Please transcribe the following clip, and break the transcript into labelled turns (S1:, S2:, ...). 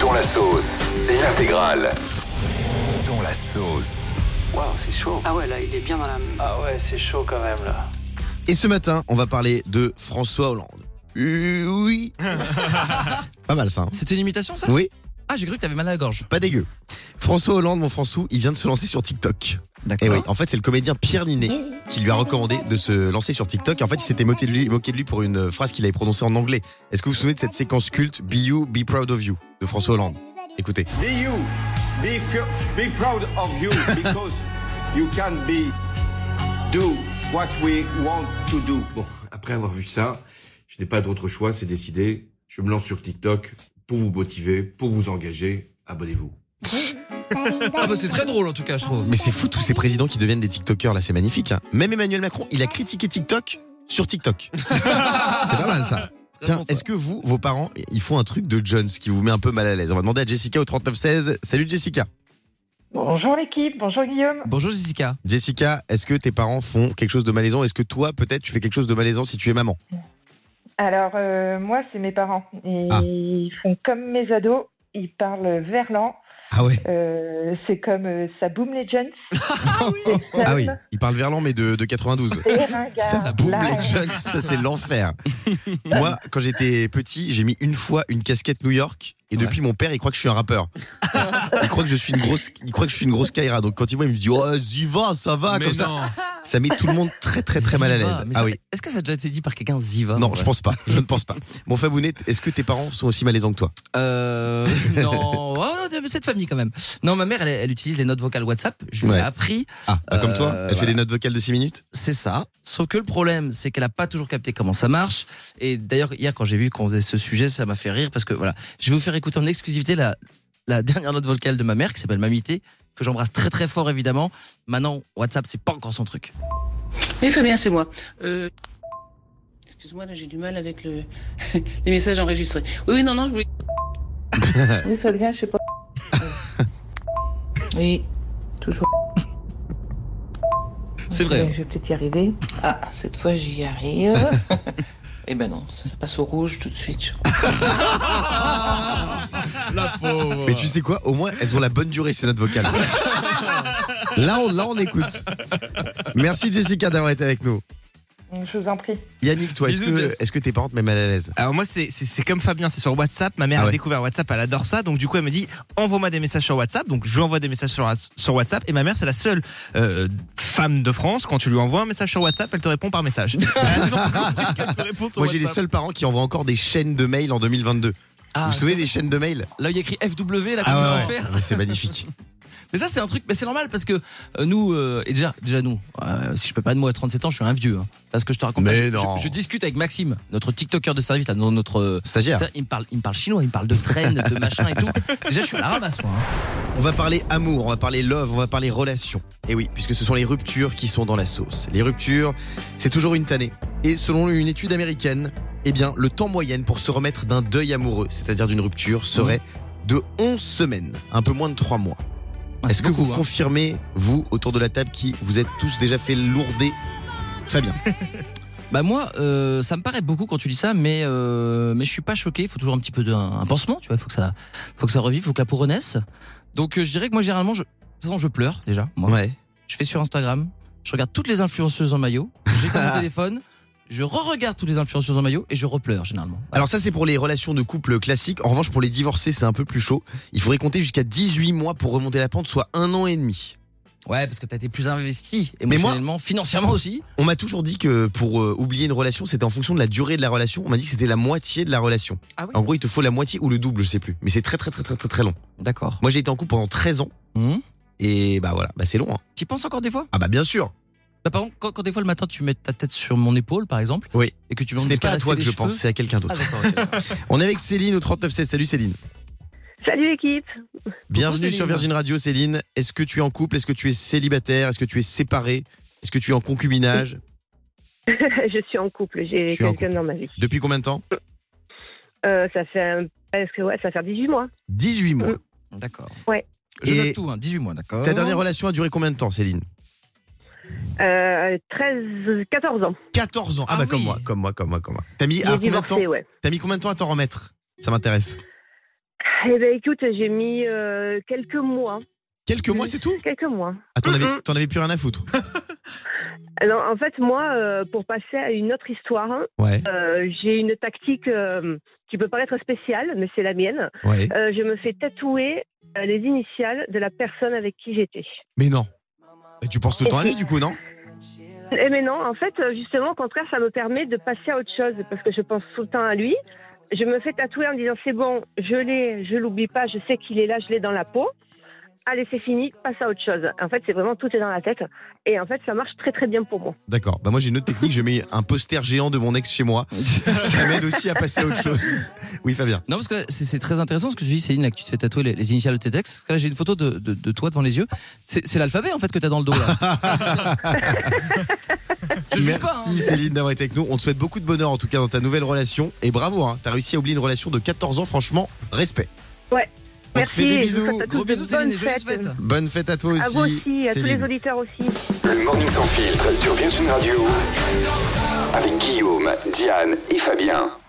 S1: Dont la sauce, l'intégrale.
S2: Dans la sauce.
S3: Waouh, c'est chaud.
S4: Ah ouais, là, il est bien dans la.
S3: Ah ouais, c'est chaud quand même là.
S5: Et ce matin, on va parler de François Hollande. Euh, Oui. pas mal ça. hein.
S6: C'était une imitation ça
S5: Oui,
S6: Ah j'ai cru que t'avais mal à la gorge.
S5: pas dégueu. François Hollande, mon François, il vient de se lancer sur TikTok.
S6: D'accord.
S5: Et Eh oui, en fait, c'est le comédien Pierre Ninet qui lui a recommandé de se lancer sur TikTok. Et en fait, il s'était moqué de lui, moqué de lui pour une phrase qu'il avait prononcée en anglais. Est-ce que vous vous souvenez de cette séquence culte Be You, Be Proud of You de François Hollande Écoutez.
S7: Be you. Be, f- be proud of you because you can be do what we want to do.
S8: Bon, après avoir vu ça, je n'ai pas d'autre choix, c'est décidé. Je me lance sur TikTok pour vous motiver, pour vous engager. Abonnez-vous.
S6: Ah bah c'est très drôle en tout cas je trouve.
S5: Mais c'est fou tous ces présidents qui deviennent des TikTokers là, c'est magnifique. hein. Même Emmanuel Macron, il a critiqué TikTok sur TikTok. c'est pas mal ça. Tiens,
S6: bon, ça.
S5: est-ce que vous, vos parents, ils font un truc de Jones qui vous met un peu mal à l'aise On va demander à Jessica au 3916. Salut Jessica.
S9: Bonjour l'équipe, bonjour Guillaume.
S6: Bonjour Jessica.
S5: Jessica, est-ce que tes parents font quelque chose de malaisant Est-ce que toi, peut-être, tu fais quelque chose de malaisant si tu es maman
S9: Alors euh, moi c'est mes parents et
S5: Ah.
S9: ils font comme mes ados, ils parlent verlan,
S5: Ah ouais
S9: Euh, c'est comme euh, ça boom les jeunes.
S5: Ah oui, ils parlent verlan, mais de, de 92.
S9: C'est ringard.
S5: Ça Ah, boum
S9: Là,
S5: les jeunes, ça c'est l'enfer. Moi, quand j'étais petit, j'ai mis une fois une casquette New York et
S6: Ouais.
S5: depuis mon père, il croit que je suis un rappeur. il croit que je suis une grosse, il croit que je suis une grosse Kaira. Donc quand il voit, il me dit "Oh, j'y va, ça va" comme ça. Ça met tout le monde très très très mal à
S6: Ziva.
S5: l'aise.
S6: Mais
S5: Ah
S6: ça-
S5: oui.
S6: Est-ce que ça a déjà été dit par quelqu'un Ziva
S5: Non,
S6: en
S5: je
S6: vrai
S5: pense pas. Je ne pense pas. Bon Fabounet, est-ce que tes parents sont aussi malaisants que toi
S6: Euh, non, Oh, de- cette famille quand même. Non, ma mère, elle, elle utilise les notes vocales WhatsApp. Je lui
S5: Ouais.
S6: ai appris,
S5: Ah, bah, comme
S6: Euh,
S5: toi, elle fait
S6: voilà.
S5: des notes vocales de 6 minutes
S6: c'est ça. Sauf que le problème, c'est qu'elle a pas toujours capté comment ça marche. Et d'ailleurs, hier, quand j'ai vu qu'on faisait ce sujet, ça m'a fait rire parce que voilà, je vais vous faire écouter en exclusivité la, la dernière note vocale de ma mère qui s'appelle Mamité, que j'embrasse très très fort évidemment. Maintenant, WhatsApp, c'est pas encore son truc.
S4: Oui, Fabien, c'est moi. Euh... Excuse-moi, là, j'ai du mal avec le... les messages enregistrés. Oui, oui, non, non, je voulais. oui, Fabien, je sais pas. oui, toujours.
S6: C'est vrai.
S4: Je vais peut-être y arriver. Ah, cette fois, j'y arrive. Eh ben non, ça passe au rouge tout de suite. je crois.
S5: Mais tu sais quoi Au moins, elles ont la bonne durée, ces notes vocales. là, on, là, on écoute. Merci Jessica d'avoir été avec nous.
S9: Je vous en prie.
S5: Yannick, toi, est-ce
S10: Bisous,
S5: que,
S10: Jess.
S5: est-ce que tes parents te mettent mal à l'aise
S10: Alors moi c'est c'est- c'est comme Fabien, c'est sur WhatsApp. Ma mère
S5: Ah ouais.
S10: a découvert WhatsApp, elle adore ça. Donc du coup elle me dit envoie-moi des messages sur WhatsApp. Donc je lui envoie des messages sur, sur WhatsApp. Et ma mère c'est la seule euh, femme de France quand tu lui envoies un message sur WhatsApp, elle te répond par message. Elle a toujours compris qu'elle peut répondre sur
S5: Moi, j'ai les
S10: WhatsApp.
S5: seuls parents qui envoient encore des chaînes de mail en 2022. vous
S6: Ah,
S5: vous souvenez des chaînes de mail
S6: Là, il y a écrit FW, là,
S5: Ah
S6: qu'on
S5: ouais,
S6: va faire.
S5: ouais. Mais c'est magnifique.
S6: Mais ça, c'est un truc, mais c'est normal parce que euh, nous, euh, et déjà, déjà nous, euh, si je peux pas de moi à 37 ans, je suis un vieux. hein. parce que je te raconte, pas,
S5: Mais
S6: je,
S5: non.
S6: je- je discute avec Maxime, notre TikToker de service, là, dans notre. euh,
S5: Stagiaire.
S6: ça, il, me parle, il me parle chinois, il me parle de traîne, de machin et tout. Déjà, je suis à la ramasse, moi. hein.
S5: On va parler amour, on va parler love, on va parler relations. Et oui, puisque ce sont les ruptures qui sont dans la sauce. Les ruptures, c'est toujours une tannée. Et selon une étude américaine, eh bien, le temps moyen pour se remettre d'un deuil amoureux, c'est-à-dire d'une rupture, serait de 11 semaines, un peu moins de 3 mois.
S6: Ah,
S5: Est-ce
S6: c'est
S5: que
S6: beaucoup,
S5: vous
S6: hein.
S5: confirmez, vous, autour de la table, qui vous êtes tous déjà fait lourder Fabien.
S6: Bah, moi, euh, ça me paraît beaucoup quand tu dis ça, mais, euh, mais je suis pas choqué. Il faut toujours un petit peu d'un un pansement, tu vois. Il faut, que ça- faut que ça revive, faut que la peau renaisse. Donc, euh, je dirais que moi, généralement, je, de toute façon, je pleure déjà. Moi.
S5: Ouais.
S6: je vais sur Instagram, je regarde toutes les influenceuses en maillot, j'ai mon téléphone, je re-regarde toutes les influenceuses en maillot et je repleure généralement.
S5: Alors ça c'est pour les relations de couple classiques. En revanche pour les divorcés c'est un peu plus chaud. Il faudrait compter jusqu'à 18 mois pour remonter la pente, soit un an et demi.
S6: Ouais, parce que t'as été plus investi
S5: moi-
S6: émotionnellement, financièrement aussi.
S5: On m'a toujours dit que pour euh, oublier une relation c'était en fonction de la durée de la relation. On m'a dit que c'était la moitié de la relation.
S6: Ah oui
S5: En gros il te faut la moitié ou le double je sais plus. Mais c'est très très très très très très long.
S6: D'accord.
S5: Moi j'ai été en couple pendant 13 ans
S6: Hum.
S5: et bah voilà bah c'est long. hein.
S6: T'y penses encore des fois
S5: Ah bah bien sûr.
S6: Bah, par exemple, quand, quand des fois le matin tu mets ta tête sur mon épaule, par exemple,
S5: Oui.
S6: et que tu me
S5: Ce
S6: demandes
S5: n'est
S6: de
S5: pas à
S6: caresser
S5: toi que
S6: les
S5: je
S6: cheveux-
S5: pense c'est à quelqu'un
S6: Ah,
S5: d'autre.
S6: d'accord, ok.
S5: On est avec Céline au 3916. Salut Céline.
S9: Salut l'équipe.
S5: Bienvenue
S6: Céline.
S5: sur Virgin Radio Céline. Est-ce que tu es en couple Est-ce que tu es célibataire Est-ce que tu es séparé Est-ce que tu es en concubinage
S9: je suis en couple, j'ai
S5: Je suis en
S9: quelqu'un dans ma vie.
S5: Depuis combien de temps
S9: Euh, ça fait un- presque ouais, ça fait 18 mois.
S5: 18 mois.
S9: Euh,
S6: D'accord.
S9: Ouais.
S6: Je
S5: Et-
S6: note tout, hein, 18 mois, d'accord.
S9: oh.
S5: Ta dernière relation a duré combien de temps, Céline
S9: Euh, 13 14 ans.
S5: 14 ans. Ah,
S6: Ah
S5: bah
S6: oui.
S5: comme moi, comme moi, comme moi, comme moi. T'as mis,
S9: J'ai
S5: ah, combien de temps
S9: divorcé, ouais.
S5: T'as mis combien de temps à t'en remettre Ça m'intéresse.
S9: Eh ben écoute, j'ai mis euh, quelques mois.
S5: Quelques mois, c'est tout
S9: Quelques mois.
S5: Ah, t'en avais,
S9: Mm-mm.
S5: t'en avais plus rien à foutre.
S9: Alors, en fait, moi, euh, pour passer à une autre histoire,
S5: Ouais,
S9: euh, j'ai une tactique euh, qui peut paraître spéciale, mais c'est la mienne.
S5: ouais.
S9: Euh, je me fais tatouer euh, les initiales de la personne avec qui j'étais.
S5: Mais non. Bah, tu penses tout le temps à lui, du coup, non
S9: Eh mais non, en fait, euh, justement, au contraire, ça me permet de passer à autre chose parce que je pense tout le temps à lui. Je me fais tatouer en me disant c'est bon, je l'ai, je l'oublie pas, je sais qu'il est là, je l'ai dans la peau. Allez, c'est fini, passe à autre chose. En fait, c'est vraiment tout est dans la tête. Et en fait, ça marche très très bien pour moi.
S5: D'accord. Bah moi j'ai une autre technique, je mets un poster géant de mon ex chez moi. Ça m'aide aussi à passer à autre chose. Oui Fabien.
S6: Non, parce que c'est c'est très intéressant ce que tu dis, Céline, là, que tu te fais tatouer les, les initiales de tes textes. Parce que Là, j'ai une photo de, de- de toi devant les yeux. C'est c'est l'alphabet, en fait, que t'as dans le dos, là. Je juge
S5: Merci
S6: pas, hein.
S5: Céline d'avoir été avec nous. On te souhaite beaucoup de bonheur en tout cas dans ta nouvelle relation. Et bravo, hein, t'as réussi à oublier une relation de 14 ans, franchement, respect.
S9: Ouais.
S5: On
S9: Merci,
S5: te fait des
S9: et je vous
S5: bisous.
S9: souhaite à tous
S6: Gros
S9: de
S6: bisous, Céline,
S9: bonnes
S6: et joyeuses
S9: fêtes.
S6: fêtes.
S5: Bonne fête à toi aussi.
S9: À vous aussi, à tous les
S5: Céline.
S9: auditeurs aussi.
S1: Le Morning Sans Filtre sur Virgin Radio avec Guillaume, Diane et Fabien.